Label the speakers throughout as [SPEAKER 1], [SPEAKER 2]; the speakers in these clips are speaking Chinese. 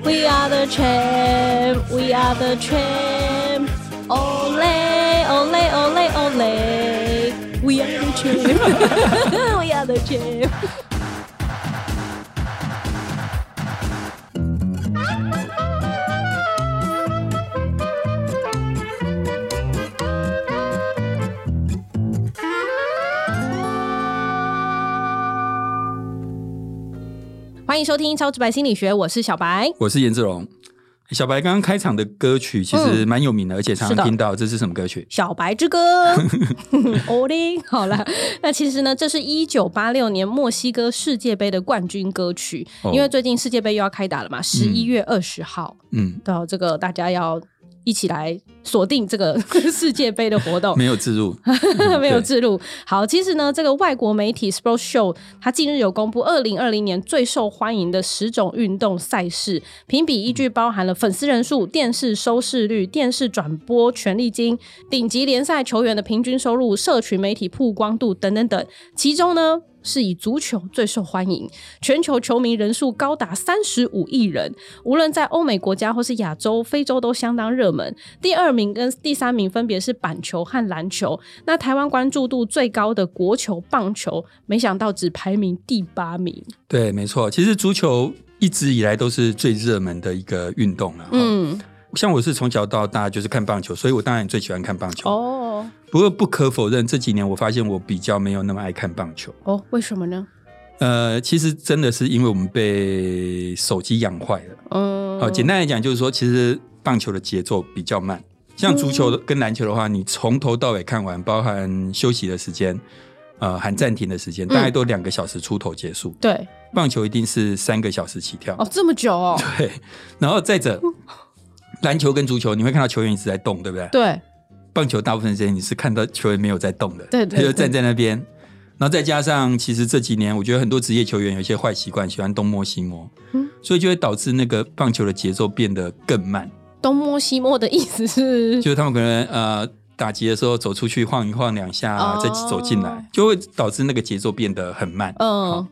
[SPEAKER 1] the champ, we are the champ. Ole, ole, ole, ole. We are the champ, we are the champ. 欢迎收听《超直白心理学》，我是小白。
[SPEAKER 2] 我是颜志龙。小白刚刚开场的歌曲其实蛮有名的，而且常
[SPEAKER 1] 嗯是的
[SPEAKER 2] 常听到。这是什么歌曲？
[SPEAKER 1] 小白之 歌 o l 好了，那其实呢，这是一九八六年墨西哥世界杯的冠军歌曲，
[SPEAKER 2] 哦
[SPEAKER 1] 因为最近世界杯又要开打了嘛，十一月二十号，
[SPEAKER 2] 嗯，
[SPEAKER 1] 到、啊这个大家要一起来锁定这个 世界杯的活动。
[SPEAKER 2] 没有自 入，嗯
[SPEAKER 1] 哦没有
[SPEAKER 2] 对
[SPEAKER 1] 置入。好，其实呢，这个外国媒体 Sports Show 它近日有公布二零二零年最受欢迎的十种运动赛事，评比依据包含了粉丝人数、电视收视率、电视转播权利金、顶级联赛球员的平均收入、社群媒体曝光度等等等。其中呢，是以足球最受欢迎，全球球迷人数高达三十五亿人，无论在欧美国家或是亚洲、非洲都相当热门。第二名跟第三名分别是板球和篮球，那台湾关注度最高的国球棒球，没想到只排名第八名。
[SPEAKER 2] 对，没错。其实足球一直以来都是最热门的一个运动了。嗯，
[SPEAKER 1] 嗯，
[SPEAKER 2] 像我是从小到大就是看棒球，所以我当然最喜欢看棒球。
[SPEAKER 1] 哦
[SPEAKER 2] 不过不可否认，这几年我发现我比较没有那么爱看棒球。
[SPEAKER 1] 哦，为什么呢？
[SPEAKER 2] 呃，其实真的是因为我们被手机养坏了。
[SPEAKER 1] 嗯，
[SPEAKER 2] 好、简单来讲就是说，其实棒球的节奏比较慢，像足球跟篮球的话，你从头到尾看完，包含休息的时间，呃，含暂停的时
[SPEAKER 1] 嗯
[SPEAKER 2] 间，大概都两个小时出头结束。
[SPEAKER 1] 对
[SPEAKER 2] 棒球一定是三个小时起跳。
[SPEAKER 1] 哦，这么久 哦，
[SPEAKER 2] 对，然后再者，篮球跟足球你会看到球员一直在动，对不对？
[SPEAKER 1] 对
[SPEAKER 2] 棒球大部分时间你是看到球员没有在动的，
[SPEAKER 1] 对对
[SPEAKER 2] 他
[SPEAKER 1] 对
[SPEAKER 2] 就站在那边。然后再加上，其实这几年我觉得很多职业球员有一些坏习惯，喜欢东摸西摸，
[SPEAKER 1] 嗯
[SPEAKER 2] 所以就会导致那个棒球的节奏变得更慢。
[SPEAKER 1] 东摸西摸的意思是，
[SPEAKER 2] 就是他们可能呃打击的时候走出去晃一晃两下，
[SPEAKER 1] 哦
[SPEAKER 2] 再走进来，就会导致那个节奏变得很慢。
[SPEAKER 1] 嗯
[SPEAKER 2] 好，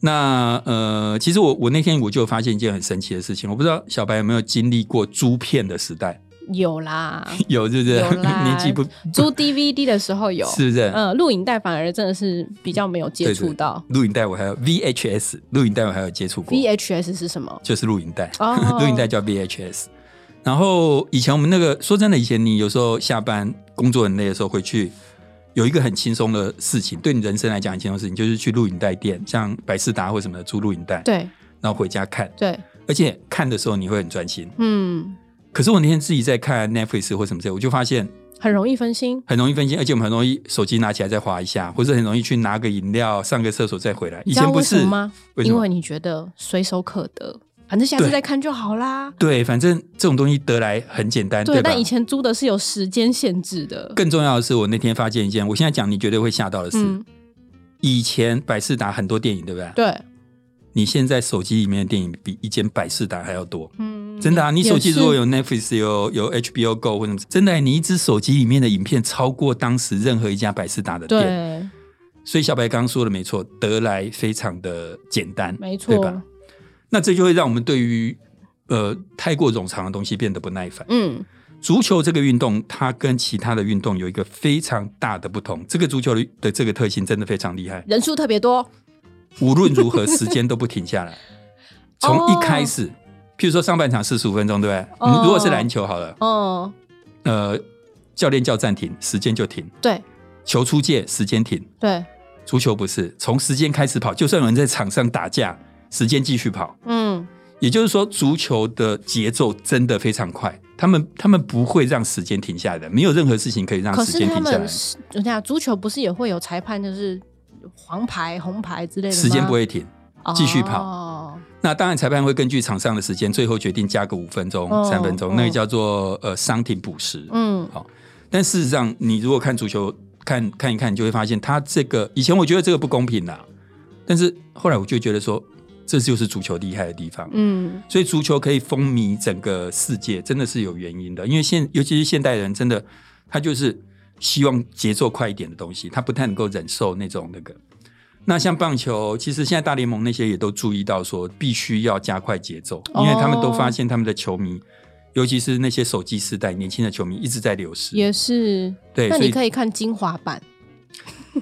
[SPEAKER 2] 那呃，其实我我那天我就发现一件很神奇的事情，我不知道小白有没有经历过租片的时代，
[SPEAKER 1] 有 啦，
[SPEAKER 2] 有是不是？
[SPEAKER 1] 有啦
[SPEAKER 2] 年纪不
[SPEAKER 1] 租 DVD 的时候有，
[SPEAKER 2] 是不是？
[SPEAKER 1] 嗯，录影带反而真的是比较没有接
[SPEAKER 2] 对
[SPEAKER 1] 触到。。
[SPEAKER 2] 对录影带我还有 VHS，录影带我还有接触过
[SPEAKER 1] VHS 是什么？
[SPEAKER 2] 就是录影带，
[SPEAKER 1] 哦
[SPEAKER 2] 录影带叫 VHS。然后以前我们那个说真的，以前你有时候下班工作很累的时候回去，有一个很轻松的事情，对你人生来讲很轻松的事情，就是去录影带店，像百事达或什么的租录影带，
[SPEAKER 1] 对
[SPEAKER 2] 然后回家看，
[SPEAKER 1] 对，
[SPEAKER 2] 而且看的时候你会很专心。
[SPEAKER 1] 嗯，
[SPEAKER 2] 可是我那天自己在看 Netflix 或什么之类，我就发现
[SPEAKER 1] 很容易分心。
[SPEAKER 2] 很容易分心，而且我们很容易手机拿起来再滑一下，或者很容易去拿个饮料、上个厕所再回来。以
[SPEAKER 1] 你知道
[SPEAKER 2] 前不
[SPEAKER 1] 为什
[SPEAKER 2] 是
[SPEAKER 1] 么吗？
[SPEAKER 2] 为什么
[SPEAKER 1] 因为你觉得随手可得，反正下次
[SPEAKER 2] 对
[SPEAKER 1] 再看就好啦。
[SPEAKER 2] 对，反正这种东西得来很简单，
[SPEAKER 1] 对，
[SPEAKER 2] 吧？
[SPEAKER 1] 但以前租的是有时间限制的。
[SPEAKER 2] 更重要的是，我那天发现一件，我现在讲你绝对会吓到的事。
[SPEAKER 1] 嗯，
[SPEAKER 2] 以前百事达很多电影，对不对？
[SPEAKER 1] 对，
[SPEAKER 2] 你现在手机里面的电影比一间百事达还要多，
[SPEAKER 1] 嗯，
[SPEAKER 2] 真的啊！你
[SPEAKER 1] 也
[SPEAKER 2] 手机如果
[SPEAKER 1] 是
[SPEAKER 2] 有 Netflix、有有 HBO Go 或者真的、啊你一只手机里面的影片超过当时任何一家百事达的店。
[SPEAKER 1] 对，
[SPEAKER 2] 所以小白刚刚说的没错，得来非常的简单，
[SPEAKER 1] 没
[SPEAKER 2] 对吧
[SPEAKER 1] 错？，
[SPEAKER 2] 那这就会让我们对于呃太过冗长的东西变得不耐烦。
[SPEAKER 1] 嗯，
[SPEAKER 2] 足球这个运动，它跟其他的运动有一个非常大的不同。这个足球的的这个特性真的非常厉害，
[SPEAKER 1] 人数特别多，
[SPEAKER 2] 无论如何时间都不 停下来，从一开始，譬如说上半场四十五分钟，对不对？
[SPEAKER 1] 哦
[SPEAKER 2] 你如果是篮球好了，
[SPEAKER 1] 哦，
[SPEAKER 2] 呃，教练叫暂停，时间就停；
[SPEAKER 1] 对
[SPEAKER 2] 球出界，时间停。
[SPEAKER 1] 对，
[SPEAKER 2] 足球不是，从时间开始跑，就算有人在场上打架，时间继续跑。
[SPEAKER 1] 嗯，
[SPEAKER 2] 也就是说，足球的节奏真的非常快，他们他们不会让时间停下来的，没有任何事情可以让
[SPEAKER 1] 可
[SPEAKER 2] 时
[SPEAKER 1] 是
[SPEAKER 2] 间
[SPEAKER 1] 他
[SPEAKER 2] 停下来
[SPEAKER 1] 们。是，人家足球不是也会有裁判，就是黄牌、红牌之类的吗，哦
[SPEAKER 2] 时间不会停。继续跑
[SPEAKER 1] 跑，
[SPEAKER 2] 那当然，裁判会根据场上的时间，最后决定加个五分钟、
[SPEAKER 1] 哦
[SPEAKER 2] 三、分
[SPEAKER 1] 哦
[SPEAKER 2] 钟，那个叫做呃伤停补时。
[SPEAKER 1] 嗯，
[SPEAKER 2] 但事实上，你如果看足球看看一看，你就会发现，他这个以前我觉得这个不公平啦，但是后来我就觉得说，这就是足球厉害的地方。
[SPEAKER 1] 嗯，
[SPEAKER 2] 所以足球可以风靡整个世界，真的是有原因的。因为现尤其是现代人，真的他就是希望节奏快一点的东西，他不太能够忍受那种那个。那像棒球，其实现在大联盟那些也都注意到说，必须要加快节奏，
[SPEAKER 1] 哦
[SPEAKER 2] 因为他们都发现他们的球迷，尤其是那些手机时代年轻的球迷一直在流失。
[SPEAKER 1] 也是。
[SPEAKER 2] 对，
[SPEAKER 1] 那
[SPEAKER 2] 所
[SPEAKER 1] 你
[SPEAKER 2] 以
[SPEAKER 1] 可以看精华版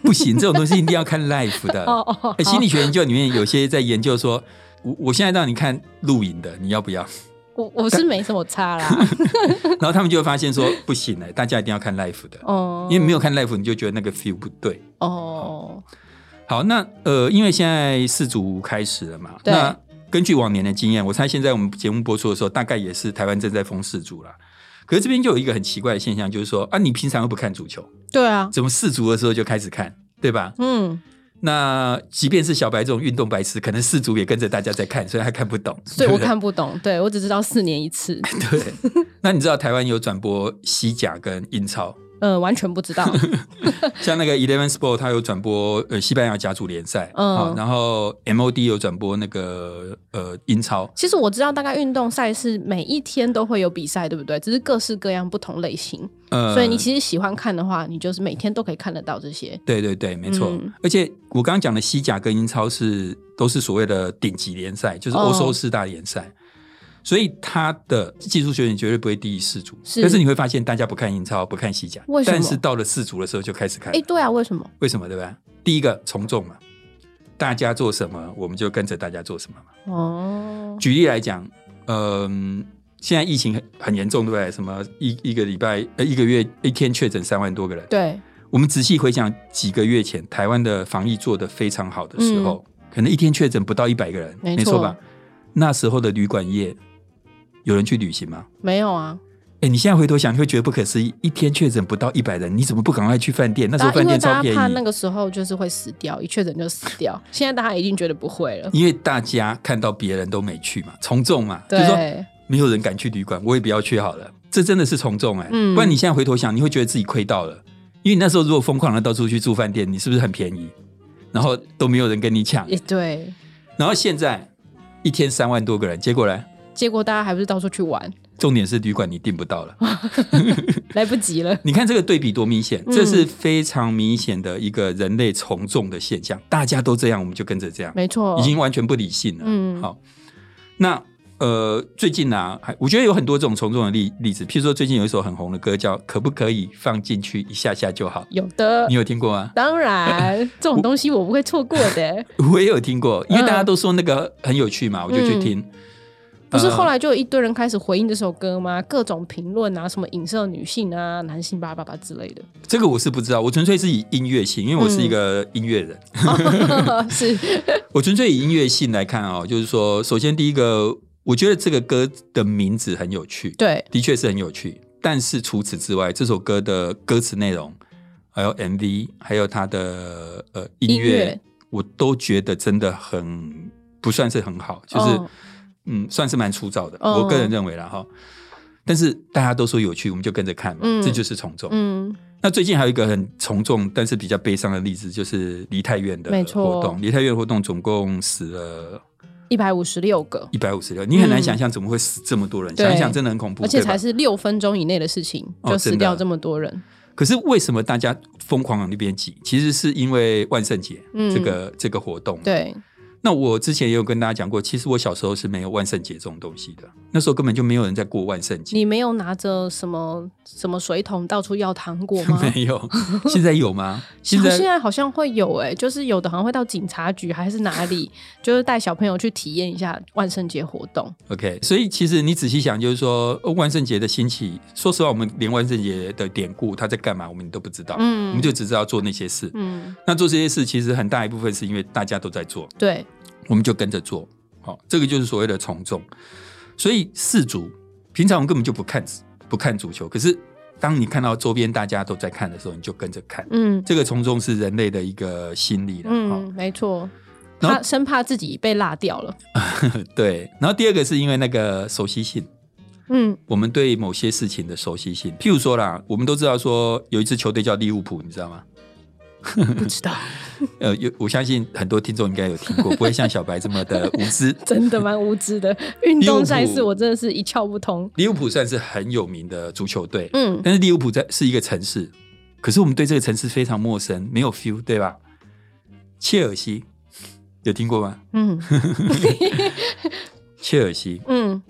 [SPEAKER 2] 不行，这种东西一定要看 live 的。
[SPEAKER 1] 哦哦哦
[SPEAKER 2] 哎心理学研究里面有些在研究说，我我现在让你看录影的，你要不要？
[SPEAKER 1] 我我是没什么差 啦，
[SPEAKER 2] 然后他们就会发现说，不行了，大家一定要看 live 的，
[SPEAKER 1] 哦，
[SPEAKER 2] 因为没有看 live 你就觉得那个 feel 不对。
[SPEAKER 1] 哦，
[SPEAKER 2] 好，那呃，因为现在四组开始了嘛，
[SPEAKER 1] 对
[SPEAKER 2] 那根据往年的经验，我猜现在我们节目播出的时候，大概也是台湾正在封四组啦。可是这边就有一个很奇怪的现象，就是说啊，你平常又不看足球，
[SPEAKER 1] 对啊，
[SPEAKER 2] 怎么四足的时候就开始看，对吧？
[SPEAKER 1] 嗯，
[SPEAKER 2] 那即便是小白这种运动白痴，可能四足也跟着大家在看，所以他看不懂。
[SPEAKER 1] 所以
[SPEAKER 2] 对
[SPEAKER 1] 我
[SPEAKER 2] 不对
[SPEAKER 1] 看不懂，对我只知道四年一次，
[SPEAKER 2] 对。那你知道台湾有转播西甲跟英超，
[SPEAKER 1] 呃，完全不知 道，
[SPEAKER 2] 像那个 Eleven Sport，它有转播呃西班牙甲组联赛，
[SPEAKER 1] 嗯
[SPEAKER 2] 好然后 MOD 有转播那个呃英超，
[SPEAKER 1] 其实我知道，大概运动赛事每一天都会有比赛，对不对？只是各式各样不同类型，
[SPEAKER 2] 呃，
[SPEAKER 1] 所以你其实喜欢看的话，你就是每天都可以看得到这些。
[SPEAKER 2] 对对对，没错。
[SPEAKER 1] 嗯
[SPEAKER 2] 而且我刚刚讲的西甲跟英超是都是所谓的顶级联赛，就是
[SPEAKER 1] 哦
[SPEAKER 2] 欧洲四大联赛，所以它的技术水准绝对不会低于四足。
[SPEAKER 1] 是
[SPEAKER 2] 但是你会发现大家不看英超，不看西甲
[SPEAKER 1] 为，什么
[SPEAKER 2] 但是到了四足的时候就开始看
[SPEAKER 1] 哎、，对啊，为什么？
[SPEAKER 2] 为什么？对吧？第一个从众嘛，大家做什么我们就跟着大家做什么嘛。
[SPEAKER 1] 哦，
[SPEAKER 2] 举例来讲，嗯、现在疫情很很严重，对不对？什么一一个礼拜呃一个月一天确诊三万多个人，
[SPEAKER 1] 对，
[SPEAKER 2] 我们仔细回想几个月前台湾的防疫做得非常好的时候，可能一天确诊不到一百个人，
[SPEAKER 1] 嗯没错
[SPEAKER 2] 吧？那时候的旅馆业有人去旅行吗？
[SPEAKER 1] 没有啊。
[SPEAKER 2] 哎，你现在回头想，你会觉得不可思议，一天确诊不到一百人，你怎么不赶快去饭店？那时候
[SPEAKER 1] 大家
[SPEAKER 2] 饭
[SPEAKER 1] 因为
[SPEAKER 2] 店超
[SPEAKER 1] 大家
[SPEAKER 2] 便
[SPEAKER 1] 怕
[SPEAKER 2] 宜，
[SPEAKER 1] 那个时候就是会死掉，一确诊就死掉。现在大家已经觉得不会了。
[SPEAKER 2] 因为大家看到别人都没去嘛，从众嘛，就是说
[SPEAKER 1] 对，
[SPEAKER 2] 没有人敢去旅馆，我也不要去好了。这真的是从众哎、
[SPEAKER 1] 嗯
[SPEAKER 2] 不然你现在回头想，你会觉得自己亏到了，因为你那时候如果疯狂的到处去住饭店，你是不是很便宜？然后都没有人跟你抢，
[SPEAKER 1] 也对。
[SPEAKER 2] 然后现在一天三万多个人，结果呢？
[SPEAKER 1] 结果大家还不是到处去玩，
[SPEAKER 2] 重点是旅馆你订 不到了。
[SPEAKER 1] 来不及了。
[SPEAKER 2] 你看这个对比多明显，
[SPEAKER 1] 嗯
[SPEAKER 2] 这是非常明显的一个人类从众的现象。大家都这样，我们就跟着这样，
[SPEAKER 1] 没错，
[SPEAKER 2] 已经完全不理性了。
[SPEAKER 1] 嗯
[SPEAKER 2] 好，那呃，最近啊，还我觉得有很多这种从众的例例子，譬如说最近有一首很红的歌叫《可不可以放进去一下下就好》，
[SPEAKER 1] 有的
[SPEAKER 2] 你。有听过吗？
[SPEAKER 1] 当然，这种东西我不会错过的。
[SPEAKER 2] 我也有听过，因为大家都说那个很有趣嘛，我就去听。
[SPEAKER 1] 不是
[SPEAKER 2] 呃
[SPEAKER 1] 后来就有一堆人开始回应这首歌吗？各种评论啊，什么影射女性啊、男性巴拉巴拉之类 的，
[SPEAKER 2] 这个我是不知道，我纯粹是以音乐性，因为我是一个音乐人，
[SPEAKER 1] 是
[SPEAKER 2] 我纯粹以音乐性来看哦，就是说，首先第一个，我觉得这个歌的名字很有趣，
[SPEAKER 1] 对，
[SPEAKER 2] 的确是很有趣。但是除此之外，这首歌的歌词内容，还有 MV，还有它的呃音
[SPEAKER 1] 音
[SPEAKER 2] 乐
[SPEAKER 1] 乐，
[SPEAKER 2] 我都觉得真的很不算是很好，就是、
[SPEAKER 1] 哦
[SPEAKER 2] 嗯，算是蛮粗糙的，
[SPEAKER 1] 哦
[SPEAKER 2] 我个人认为啦哈。但是大家都说有趣，我们就跟着看嘛，
[SPEAKER 1] 嗯
[SPEAKER 2] 这就是从众。
[SPEAKER 1] 嗯，
[SPEAKER 2] 那最近还有一个很从众，但是比较悲伤的例子，就是梨泰院的
[SPEAKER 1] 没错
[SPEAKER 2] 活动。梨泰院活动总共死了
[SPEAKER 1] 一百五十六个，
[SPEAKER 2] 一百五十六，你很难
[SPEAKER 1] 嗯
[SPEAKER 2] 想象怎么会死这么多人，
[SPEAKER 1] 对
[SPEAKER 2] 想一想真的很恐怖，
[SPEAKER 1] 而且
[SPEAKER 2] 对吧
[SPEAKER 1] 才是六分钟以内的啊事情，
[SPEAKER 2] 哦
[SPEAKER 1] 就死
[SPEAKER 2] 真的
[SPEAKER 1] 掉这么多人，
[SPEAKER 2] 可是为什么大家疯狂往那边挤？其实是因为万圣节
[SPEAKER 1] 嗯
[SPEAKER 2] 这个、这个活动。，
[SPEAKER 1] 对，
[SPEAKER 2] 那我之前也有跟大家讲过，其实我小时候是没有万圣节这种东西的，那时候根本就没有人在过万圣节。
[SPEAKER 1] 你没有拿着什么什么水桶到处要糖 果吗？
[SPEAKER 2] 没有，现在 有吗？现
[SPEAKER 1] 现在
[SPEAKER 2] 在
[SPEAKER 1] 现在好像会有哎、就是有的好像会到警察局还是哪 里，就是带小朋友去体验一下万圣节活动。
[SPEAKER 2] OK，所以其实你仔细想，就是说呃万圣节的兴起，说实话，我们连万圣节的典故它在干嘛，我们都不知道，我们
[SPEAKER 1] 嗯
[SPEAKER 2] 就只知道做那些事。
[SPEAKER 1] 嗯，
[SPEAKER 2] 那做这些事，其实很大一部分是因为大家都在做，
[SPEAKER 1] 对，
[SPEAKER 2] 我们就跟着做。好、这个就是所谓的从众。所以四足，平常我们根本就不看不看足球，可是当你看到周边大家都在看的时候，你就跟着看。
[SPEAKER 1] 嗯
[SPEAKER 2] 这个从众是人类的一个心理了。嗯、
[SPEAKER 1] 嗯，没错。
[SPEAKER 2] 然后
[SPEAKER 1] 他生怕自己被落掉了。
[SPEAKER 2] 对。然后第二个是因为那个熟悉性，
[SPEAKER 1] 嗯，
[SPEAKER 2] 我们对某些事情的熟悉性。譬如说啦，我们都知道说有一支球队叫利物浦，你知道吗？
[SPEAKER 1] 不知道，
[SPEAKER 2] 呃，有我相信很多听众应该有听过，不会像小白这么的无知。
[SPEAKER 1] 真的蛮无知 的。运动赛事我真的是一窍不通。
[SPEAKER 2] 利物浦算是很有名的足球队，
[SPEAKER 1] 嗯，
[SPEAKER 2] 但是利物浦在是一个城市，可是我们对这个城市非常陌生，没有 feel，对吧？切尔西有听过吗？
[SPEAKER 1] 嗯
[SPEAKER 2] 切尔西，
[SPEAKER 1] 嗯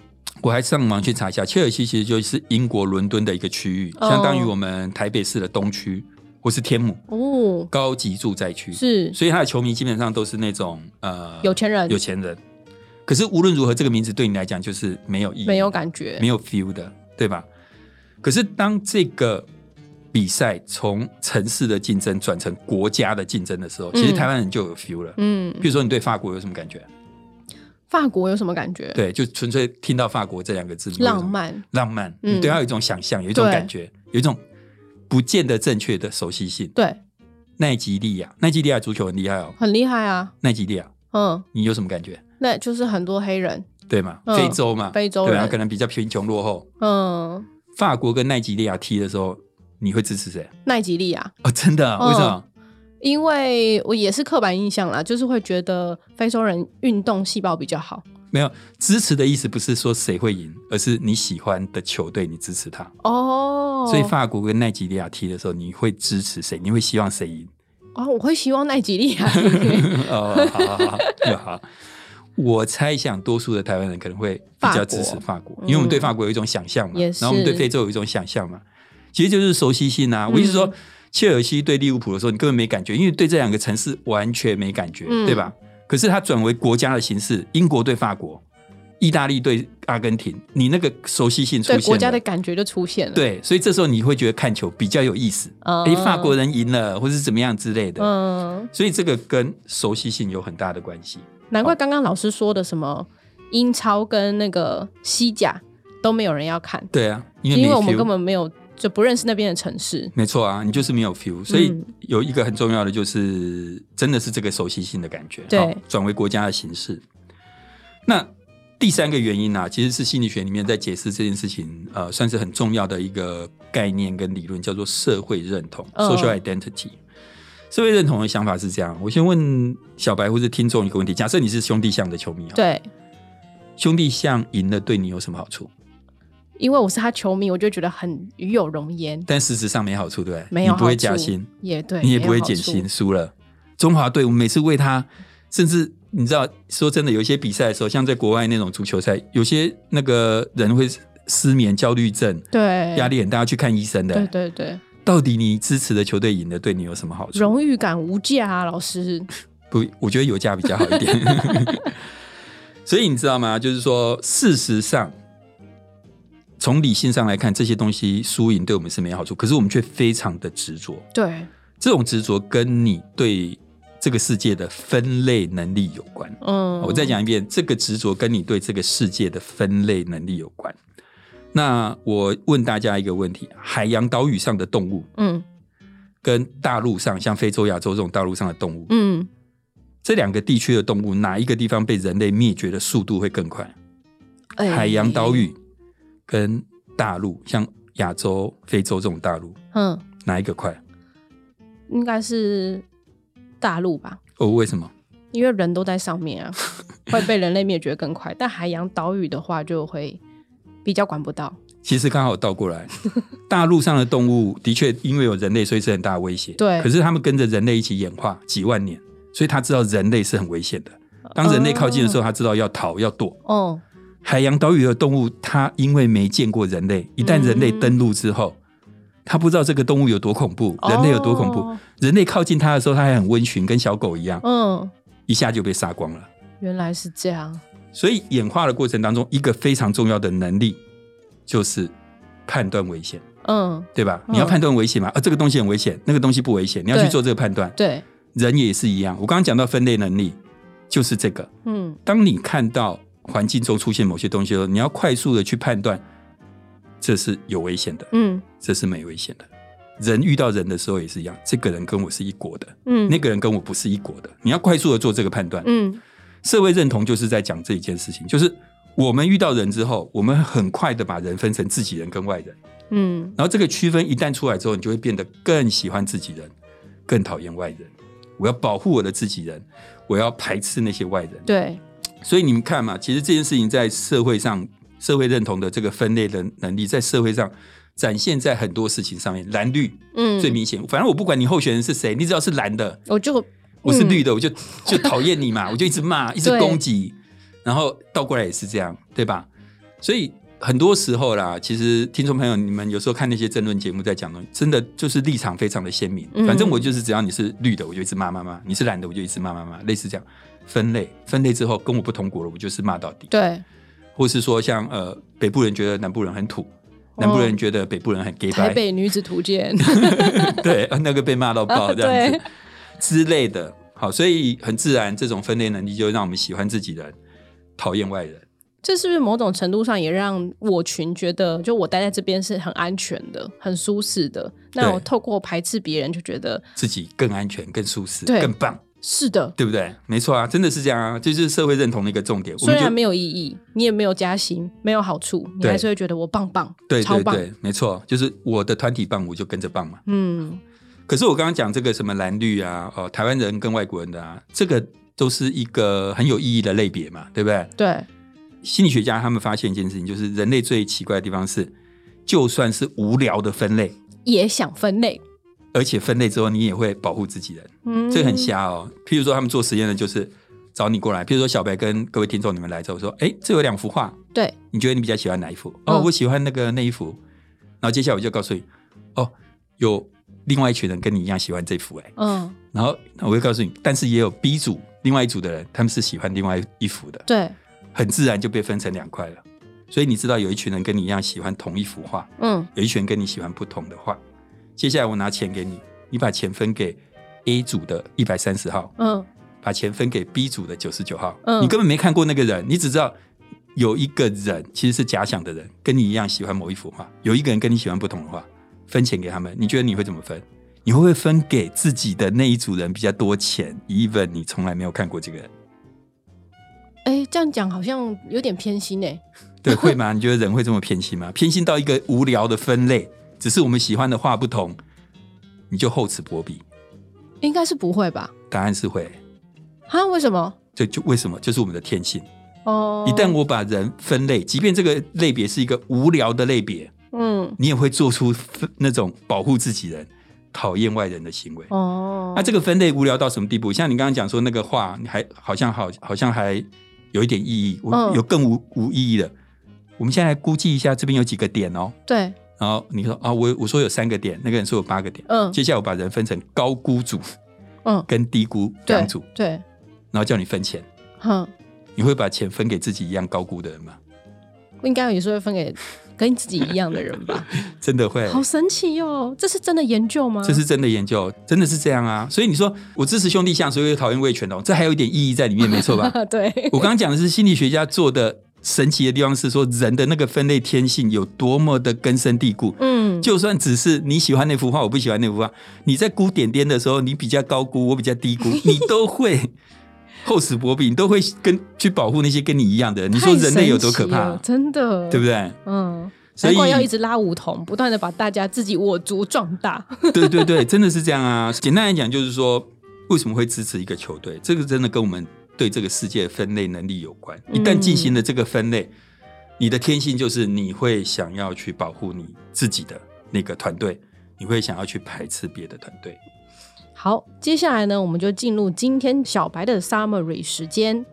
[SPEAKER 2] 我还上网去查一下，切尔西其实就是英国伦敦的一个区域，
[SPEAKER 1] 哦
[SPEAKER 2] 相当于我们台北市的东区或是天母
[SPEAKER 1] 哦，
[SPEAKER 2] 高级住宅区，
[SPEAKER 1] 是
[SPEAKER 2] 所以他的球迷基本上都是那种呃
[SPEAKER 1] 有钱人
[SPEAKER 2] 有钱人。可是无论如何，这个名字对你来讲就是没有意义，
[SPEAKER 1] 没有感觉
[SPEAKER 2] 没，有 feel 的，对吧？可是当这个比赛从城市的竞争转成国家的竞争的时候，其实
[SPEAKER 1] 嗯
[SPEAKER 2] 台湾人就有 feel 了。
[SPEAKER 1] 嗯，
[SPEAKER 2] 比如说，你对法国有什么感觉？
[SPEAKER 1] 法国有什么感觉？
[SPEAKER 2] 对，就纯粹听到法国这两个字，你会有什
[SPEAKER 1] 浪
[SPEAKER 2] 么
[SPEAKER 1] 漫，
[SPEAKER 2] 浪漫，
[SPEAKER 1] 嗯
[SPEAKER 2] 你对它有一种想象，有一种
[SPEAKER 1] 对
[SPEAKER 2] 感觉，有一种不见得正确的熟悉性。
[SPEAKER 1] 对，
[SPEAKER 2] 奈及利亚，奈及利亚足球很厉害哦。
[SPEAKER 1] 很厉害啊，
[SPEAKER 2] 奈及利亚，
[SPEAKER 1] 嗯，
[SPEAKER 2] 你有什么感觉？
[SPEAKER 1] 那就是很多黑人，
[SPEAKER 2] 对吗？
[SPEAKER 1] 嗯
[SPEAKER 2] 非洲嘛，
[SPEAKER 1] 非洲
[SPEAKER 2] 对啊，
[SPEAKER 1] 人
[SPEAKER 2] 可能比较贫穷落后。
[SPEAKER 1] 嗯，
[SPEAKER 2] 法国跟奈及利亚踢的时候，你会支持谁？
[SPEAKER 1] 奈及利亚，
[SPEAKER 2] 哦，真的啊？为什么？
[SPEAKER 1] 因为我也是刻板印象啦，就是会觉得非洲人运动细胞比较好。
[SPEAKER 2] 没有支持的意思，不是说谁会赢，而是你喜欢的球队，你支持他。
[SPEAKER 1] 哦，
[SPEAKER 2] 所以法国跟奈及利亚踢的时候，你会支持谁？你会希望谁赢？
[SPEAKER 1] 哦，我会希望奈及利亚啊 赢
[SPEAKER 2] 哦，好好好，那好。 我猜想，多数的台湾人可能会比较支持法国，
[SPEAKER 1] 国
[SPEAKER 2] 因为我们对
[SPEAKER 1] 嗯
[SPEAKER 2] 法国有一种想象嘛，
[SPEAKER 1] 也
[SPEAKER 2] 然
[SPEAKER 1] 是
[SPEAKER 2] 后我们对非洲有一种想象嘛，其实就是熟悉性啊。
[SPEAKER 1] 嗯
[SPEAKER 2] 我一直说，切尔西对利物浦的时候，你根本没感觉，因为对这两个城市完全没感觉，
[SPEAKER 1] 嗯
[SPEAKER 2] 对吧？可是它转为国家的形式，英国对法国，意大利对阿根廷，你那个熟悉性出现
[SPEAKER 1] 对
[SPEAKER 2] 了
[SPEAKER 1] 国家的感觉就出现了。，
[SPEAKER 2] 对，所以这时候你会觉得看球比较有意思，
[SPEAKER 1] 嗯
[SPEAKER 2] 诶，法国人赢了，或是怎么样之类的，
[SPEAKER 1] 嗯，
[SPEAKER 2] 所以这个跟熟悉性有很大的关系。
[SPEAKER 1] 难怪刚刚老师说的什么英超跟那个西甲都没有人要看，
[SPEAKER 2] 对啊，因为没
[SPEAKER 1] 因为我们
[SPEAKER 2] feel
[SPEAKER 1] 根本没有就不认识那边的城市。
[SPEAKER 2] 没错啊，你就是没有 feel，所
[SPEAKER 1] 嗯
[SPEAKER 2] 以有一个很重要的就是真的是这个熟悉性的感觉，
[SPEAKER 1] 对
[SPEAKER 2] 好，转为国家的形式。那第三个原因啊，其实是心理学里面在解释这件事情，呃，算是很重要的一个概念跟理论，叫做社会认同
[SPEAKER 1] 嗯
[SPEAKER 2] （social identity）。社会认同的想法是这样，我先问小白或是听众一个问题：假设你是兄弟象的球迷啊，
[SPEAKER 1] 对，
[SPEAKER 2] 兄弟象赢了对你有什么好处？
[SPEAKER 1] 因为我是他球迷，我就觉得很与有容颜，
[SPEAKER 2] 但事实上没好处，对不对？
[SPEAKER 1] 没有
[SPEAKER 2] 你不会
[SPEAKER 1] 好处
[SPEAKER 2] 加薪，
[SPEAKER 1] 也对，
[SPEAKER 2] 你也
[SPEAKER 1] 没
[SPEAKER 2] 不
[SPEAKER 1] 有
[SPEAKER 2] 会
[SPEAKER 1] 好
[SPEAKER 2] 减
[SPEAKER 1] 处
[SPEAKER 2] 薪，。输了。中华队，我每次为他，甚至你知道，说真的，有一些比赛的时候，像在国外那种足球赛，有些那个人会失眠、焦虑症，
[SPEAKER 1] 对，
[SPEAKER 2] 压力很大，去看医生的。
[SPEAKER 1] 对对对，
[SPEAKER 2] 到底你支持的球队赢了，对你有什么好处？
[SPEAKER 1] 荣誉感无价啊，老师。
[SPEAKER 2] 不，我觉得有价比较好一点。 所以你知道吗？就是说，事实上，从理性上来看，这些东西输赢对我们是没好处，可是我们却非常的执着。
[SPEAKER 1] 对，
[SPEAKER 2] 这种执着跟你对这个世界的分类能力有关。
[SPEAKER 1] 嗯，
[SPEAKER 2] 我再，讲一遍，这个执着跟你对这个世界的分类能力有关。那我问大家一个问题：海洋岛屿上的动物
[SPEAKER 1] 嗯
[SPEAKER 2] 跟大陆上，像非洲、亚洲这种大陆上的动物，
[SPEAKER 1] 嗯，
[SPEAKER 2] 这两个地区的动物，哪一个地方被人类灭绝的速度会更快？
[SPEAKER 1] 哎
[SPEAKER 2] 海洋岛，屿跟大陆，像亚洲、非洲这种大陆，
[SPEAKER 1] 嗯，
[SPEAKER 2] 哪一个快？
[SPEAKER 1] 应该是大陆吧。
[SPEAKER 2] 哦，为什么？
[SPEAKER 1] 因为人都在上面 啊，会被人类灭绝更快。但海洋岛屿的话，就会比较管不到。
[SPEAKER 2] 其实刚好倒过 来，大陆上的动物的确因为有人类，所以是很大的威胁。
[SPEAKER 1] 对
[SPEAKER 2] 可是他们跟着人类一起演化几万年，所以他知道人类是很危险的。当人类靠近的时候，他知道要逃要躲。
[SPEAKER 1] 哦，
[SPEAKER 2] 海洋岛屿的动物，它因为没见过人
[SPEAKER 1] 嗯
[SPEAKER 2] 类，一旦人类登陆之后，它不知道这个动物有多恐怖，人类有多恐怖。
[SPEAKER 1] 哦
[SPEAKER 2] 人类靠近它的时候，它还很温驯，跟小狗一样，
[SPEAKER 1] 嗯，
[SPEAKER 2] 一下就被杀光了。
[SPEAKER 1] 原来是这样。
[SPEAKER 2] 所以演化的过程当中，一个非常重要的能力就是判断危险。
[SPEAKER 1] 嗯，
[SPEAKER 2] 对吧？
[SPEAKER 1] 嗯
[SPEAKER 2] 你要判断危险嘛？啊，这个东西很危险，那个东西不危险，你要去
[SPEAKER 1] 对
[SPEAKER 2] 做这个判断。
[SPEAKER 1] 对，
[SPEAKER 2] 人也是一样，我刚刚讲到分类能力，就是这个。
[SPEAKER 1] 嗯
[SPEAKER 2] 当你看到环境中出现某些东西的时候，你要快速的去判断，这是有危险的，
[SPEAKER 1] 嗯
[SPEAKER 2] 这是没危险的。人遇到人的时候也是一样，这个人跟我是一国的，
[SPEAKER 1] 嗯，
[SPEAKER 2] 那个人跟我不是一国的。你要快速的做这个判断。
[SPEAKER 1] 嗯
[SPEAKER 2] 社会认同就是在讲这一件事情，就是我们遇到人之后，我们很快的把人分成自己人跟外人。
[SPEAKER 1] 嗯，
[SPEAKER 2] 然后这个区分一旦出来之后，你就会变得更喜欢自己人，更讨厌外人。我要保护我的自己人，我要排斥那些外人。
[SPEAKER 1] 对，
[SPEAKER 2] 所以你们看嘛，其实这件事情在社会上，社会认同的这个分类的能力，在社会上展现在很多事情上面。蓝绿
[SPEAKER 1] 嗯，
[SPEAKER 2] 最明显，反正我不管你候选人是谁，你只要是蓝的，
[SPEAKER 1] 我就
[SPEAKER 2] 我是绿的，我就就讨厌你嘛，我就 一直骂，一
[SPEAKER 1] 嗯
[SPEAKER 2] 直
[SPEAKER 1] 对
[SPEAKER 2] 攻击，然后倒过来也是这样，对吧？所以很多时候啦，其实听众朋友，你们有时候看那些争论节目在讲东西，真的就是立场非常的鲜明。
[SPEAKER 1] 嗯
[SPEAKER 2] 反正我就是只要你是绿的，我就一直骂骂骂；你是蓝的，我就一直骂骂骂，类似这样分类。分类之后跟我不同国了，我就是骂到底。
[SPEAKER 1] 对，
[SPEAKER 2] 或是说像呃北部人觉得南部人很土，南部人觉得北部人很 gay
[SPEAKER 1] 哦台
[SPEAKER 2] 白，
[SPEAKER 1] 北女子图鉴，
[SPEAKER 2] 对，啊那个被骂到爆这样
[SPEAKER 1] 啊对
[SPEAKER 2] 子之类的。好，所以很自然，这种分类能力就让我们喜欢自己人，讨厌外人。
[SPEAKER 1] 这是不是某种程度上也让我群觉得，就我待在这边是很安全的、很舒适的？那
[SPEAKER 2] 对
[SPEAKER 1] 我透过排斥别人，就觉得
[SPEAKER 2] 自己更安全、更舒适、
[SPEAKER 1] 对
[SPEAKER 2] 更棒，
[SPEAKER 1] 是的。
[SPEAKER 2] 对不对？没错啊，真的是这样啊，这就是社会认同的一个重点。我
[SPEAKER 1] 虽
[SPEAKER 2] 们就
[SPEAKER 1] 然没有意义，你也没有加薪，没有好处，你
[SPEAKER 2] 对
[SPEAKER 1] 还是会觉得我棒棒，
[SPEAKER 2] 对
[SPEAKER 1] 超
[SPEAKER 2] 对
[SPEAKER 1] 棒。
[SPEAKER 2] 对，没错，就是我的团体棒，我就跟着棒嘛。
[SPEAKER 1] 嗯，
[SPEAKER 2] 可是我刚刚讲这个什么蓝绿啊，哦，台湾人跟外国人的啊，这个都是一个很有意义的类别嘛，对不对？
[SPEAKER 1] 对，
[SPEAKER 2] 心理学家他们发现一件事情，就是人类最奇怪的地方是，就算是无聊的分类，
[SPEAKER 1] 也想分类，
[SPEAKER 2] 而且分类之后你也会保护自己人，
[SPEAKER 1] 嗯，
[SPEAKER 2] 这个很瞎哦。譬如说他们做实验的就是找你过来，譬如说小白跟各位听众你们来之后说，哎，这有两幅画，
[SPEAKER 1] 嗯对，
[SPEAKER 2] 你觉得你比较喜欢哪一幅？哦，
[SPEAKER 1] 嗯
[SPEAKER 2] 我喜欢那个那一幅。然后接下来我就告诉你，哦，有另外一群人跟你一样喜欢这幅、哎，
[SPEAKER 1] 嗯，
[SPEAKER 2] 然后那我会告诉你，但是也有 B 组另外一组的人，他们是喜欢另外一幅的，
[SPEAKER 1] 对，
[SPEAKER 2] 很自然就被分成两块了。所以你知道有一群人跟你一样喜欢同一幅画，
[SPEAKER 1] 嗯，
[SPEAKER 2] 有一群人跟你喜欢不同的画。接下来我拿钱给你，你把钱分给 A 组的一百三十号，
[SPEAKER 1] 嗯，
[SPEAKER 2] 把钱分给 B 组的九十九号。
[SPEAKER 1] 嗯
[SPEAKER 2] 你根本没看过那个人，你只知道有一个人其实是假想的人，跟你一样喜欢某一幅画，有一个人跟你喜欢不同的画，分钱给他们，你觉得你会怎么分？你会不会分给自己的那一组人比较多钱？even 你从来没有看过这个人，
[SPEAKER 1] 哎，这样讲好像有点偏心哎，
[SPEAKER 2] 对，会吗？你觉得人会这么偏心吗？偏心到一个无聊的分类，只是我们喜欢的画不同，你就厚此薄彼。
[SPEAKER 1] 应该是不会吧？
[SPEAKER 2] 答案是会，
[SPEAKER 1] 啊，为什么？
[SPEAKER 2] 这就为什么？就是我们的天性。
[SPEAKER 1] 哦，
[SPEAKER 2] 一旦我把人分类，即便这个类别是一个无聊的类别，
[SPEAKER 1] 嗯，
[SPEAKER 2] 你也会做出分那种保护自己人、讨厌外人的行为。
[SPEAKER 1] 哦，
[SPEAKER 2] 啊那、这个分类无聊到什么地步？像你刚刚讲说那个话，你还好像好好像还有一点意义，我、
[SPEAKER 1] 嗯
[SPEAKER 2] 有更无无意义的。我们现在来估计一下，这边有几个点哦。
[SPEAKER 1] 对，
[SPEAKER 2] 然后你说啊，我我说有三个点，那个人说有八个点。
[SPEAKER 1] 嗯
[SPEAKER 2] 接下来我把人分成高估组
[SPEAKER 1] 嗯，
[SPEAKER 2] 跟低估
[SPEAKER 1] 对
[SPEAKER 2] 两组，，
[SPEAKER 1] 对，
[SPEAKER 2] 然后叫你分钱，
[SPEAKER 1] 哼，
[SPEAKER 2] 你会把钱分给自己一样高估的人吗？
[SPEAKER 1] 应该也是会分给跟自己一样的人 吧？
[SPEAKER 2] 真的会，
[SPEAKER 1] 好神奇哟、这是真的研究吗？
[SPEAKER 2] 这是真的研究，真的是这样啊。所以你说我支持兄弟相，所以我讨厌魏全龙，这还有一点意义在里面，没 错吧？
[SPEAKER 1] 啊，对，
[SPEAKER 2] 我刚刚讲的是心理学家做的神奇的地方是说，人的那个分类天性有多么的根深蒂固。
[SPEAKER 1] 嗯，
[SPEAKER 2] 就算只是你喜欢那幅画，我不喜欢那幅画，你在估点点的时候，你比较高估，我比较 低估，你都会厚此薄彼，你都会跟去保护那些跟你一样的人。你说人类有多可
[SPEAKER 1] 太神奇
[SPEAKER 2] 怕啊
[SPEAKER 1] 了，真的，
[SPEAKER 2] 对不
[SPEAKER 1] 对？
[SPEAKER 2] 对？
[SPEAKER 1] 嗯。
[SPEAKER 2] 所
[SPEAKER 1] 难
[SPEAKER 2] 以
[SPEAKER 1] 怪要一直拉梧桐，不断的把大家自己我足壮大。
[SPEAKER 2] 对对对，真的是这样啊。简单来讲，就是说为什么会支持一个球队，这个真的跟我们对这个世界的分类能力有关。一旦进行了这个分类，你的天性就是你会想要去保护你自己的那个团队，你会想要去排斥别的团队。
[SPEAKER 1] 好，接下来呢，我们就进入今天小白的 summary 时间。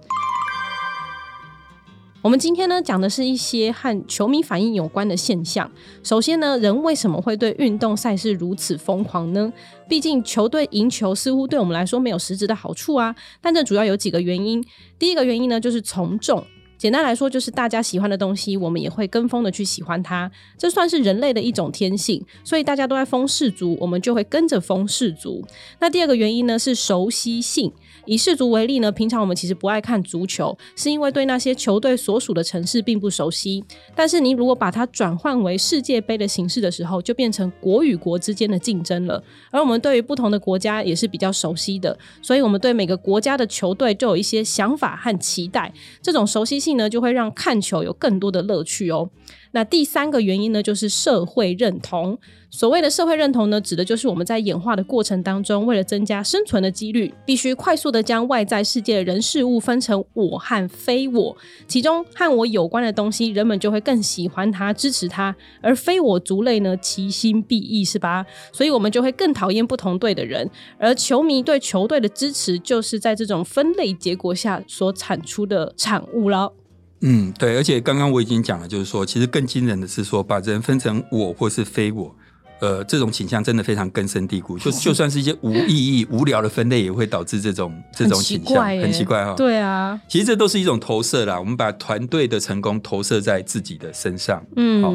[SPEAKER 1] 我们今天呢讲的是一些和球迷反应有关的现象。首先呢，人为什么会对运动赛事如此疯狂呢？毕竟球队赢球似乎对我们来说没有实质的好处啊。但这主要有几个原因。第一个原因呢，就是从众。简单来说，就是大家喜欢的东西，我们也会跟风的去喜欢它，这算是人类的一种天性。所以大家都在风氏族，我们就会跟着风氏族。那第二个原因呢是熟悉性。以氏族为例呢，平常我们其实不爱看足球，是因为对那些球队所属的城市并不熟悉。但是你如果把它转换为世界杯的形式的时候，就变成国与国之间的竞争了。而我们对于不同的国家也是比较熟悉的，所以我们对每个国家的球队就有一些想法和期待。这种熟悉性呢，就会让看球有更多的乐趣哦。那第三个原因呢，就是社会认同。所谓的社会认同呢，指的就是我们在演化的过程当中，为了增加生存的几率，必须快速的将外在世界的人事物分成我和非我，其中和我有关的东西，人们就会更喜欢它、支持它；而非我族类呢，其心必异，是吧？所以我们就会更讨厌不同队的人。而球迷对球队的支持，就是在这种分类结果下所产出的产物了。
[SPEAKER 2] 嗯，对，而且刚刚我已经讲了，就是说，其实更惊人的是说，把人分成我或是非我，呃，这种倾向真的非常根深蒂固。 就就算是一些无意义、无聊的分类，也会导致这种这种倾向，很奇怪哈、哦。
[SPEAKER 1] 对啊，
[SPEAKER 2] 其实这都是一种投射啦。我们把团队的成功投射在自己的身上。
[SPEAKER 1] 嗯，
[SPEAKER 2] 好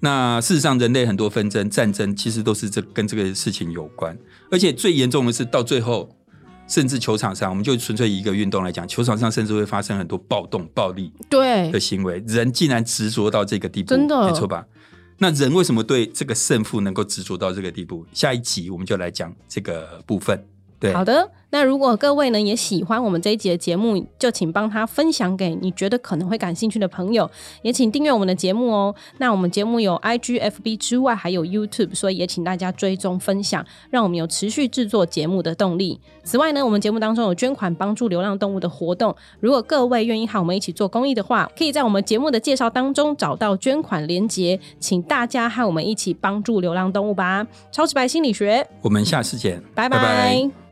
[SPEAKER 2] 那事实上，人类很多纷争、战争，其实都是这跟这个事情有关。而且最严重的是，到最后，甚至球场上，我们就纯粹以一个运动来讲，球场上甚至会发生很多暴动、暴力
[SPEAKER 1] 对
[SPEAKER 2] 的，行为。人竟然执着到这个地步，
[SPEAKER 1] 真的
[SPEAKER 2] 没错吧？那人为什么对这个胜负能够执着到这个地步？下一集我们就来讲这个部分。对，
[SPEAKER 1] 好的。那如果各位呢也喜欢我们这一集的节目，就请帮他分享给你觉得可能会感兴趣的朋友，也请订阅我们的节目哦。那我们节目有 IG、FB 之外，还有 YouTube，所以也请大家追踪分享，让我们有持续制作节目的动力。此外呢，我们节目当中有捐款帮助流浪动物的活动，如果各位愿意和我们一起做公益的话，可以在我们节目的介绍当中找到捐款连结，请大家和我们一起帮助流浪动物吧。超直白心理学，
[SPEAKER 2] 我们下次见，
[SPEAKER 1] 拜拜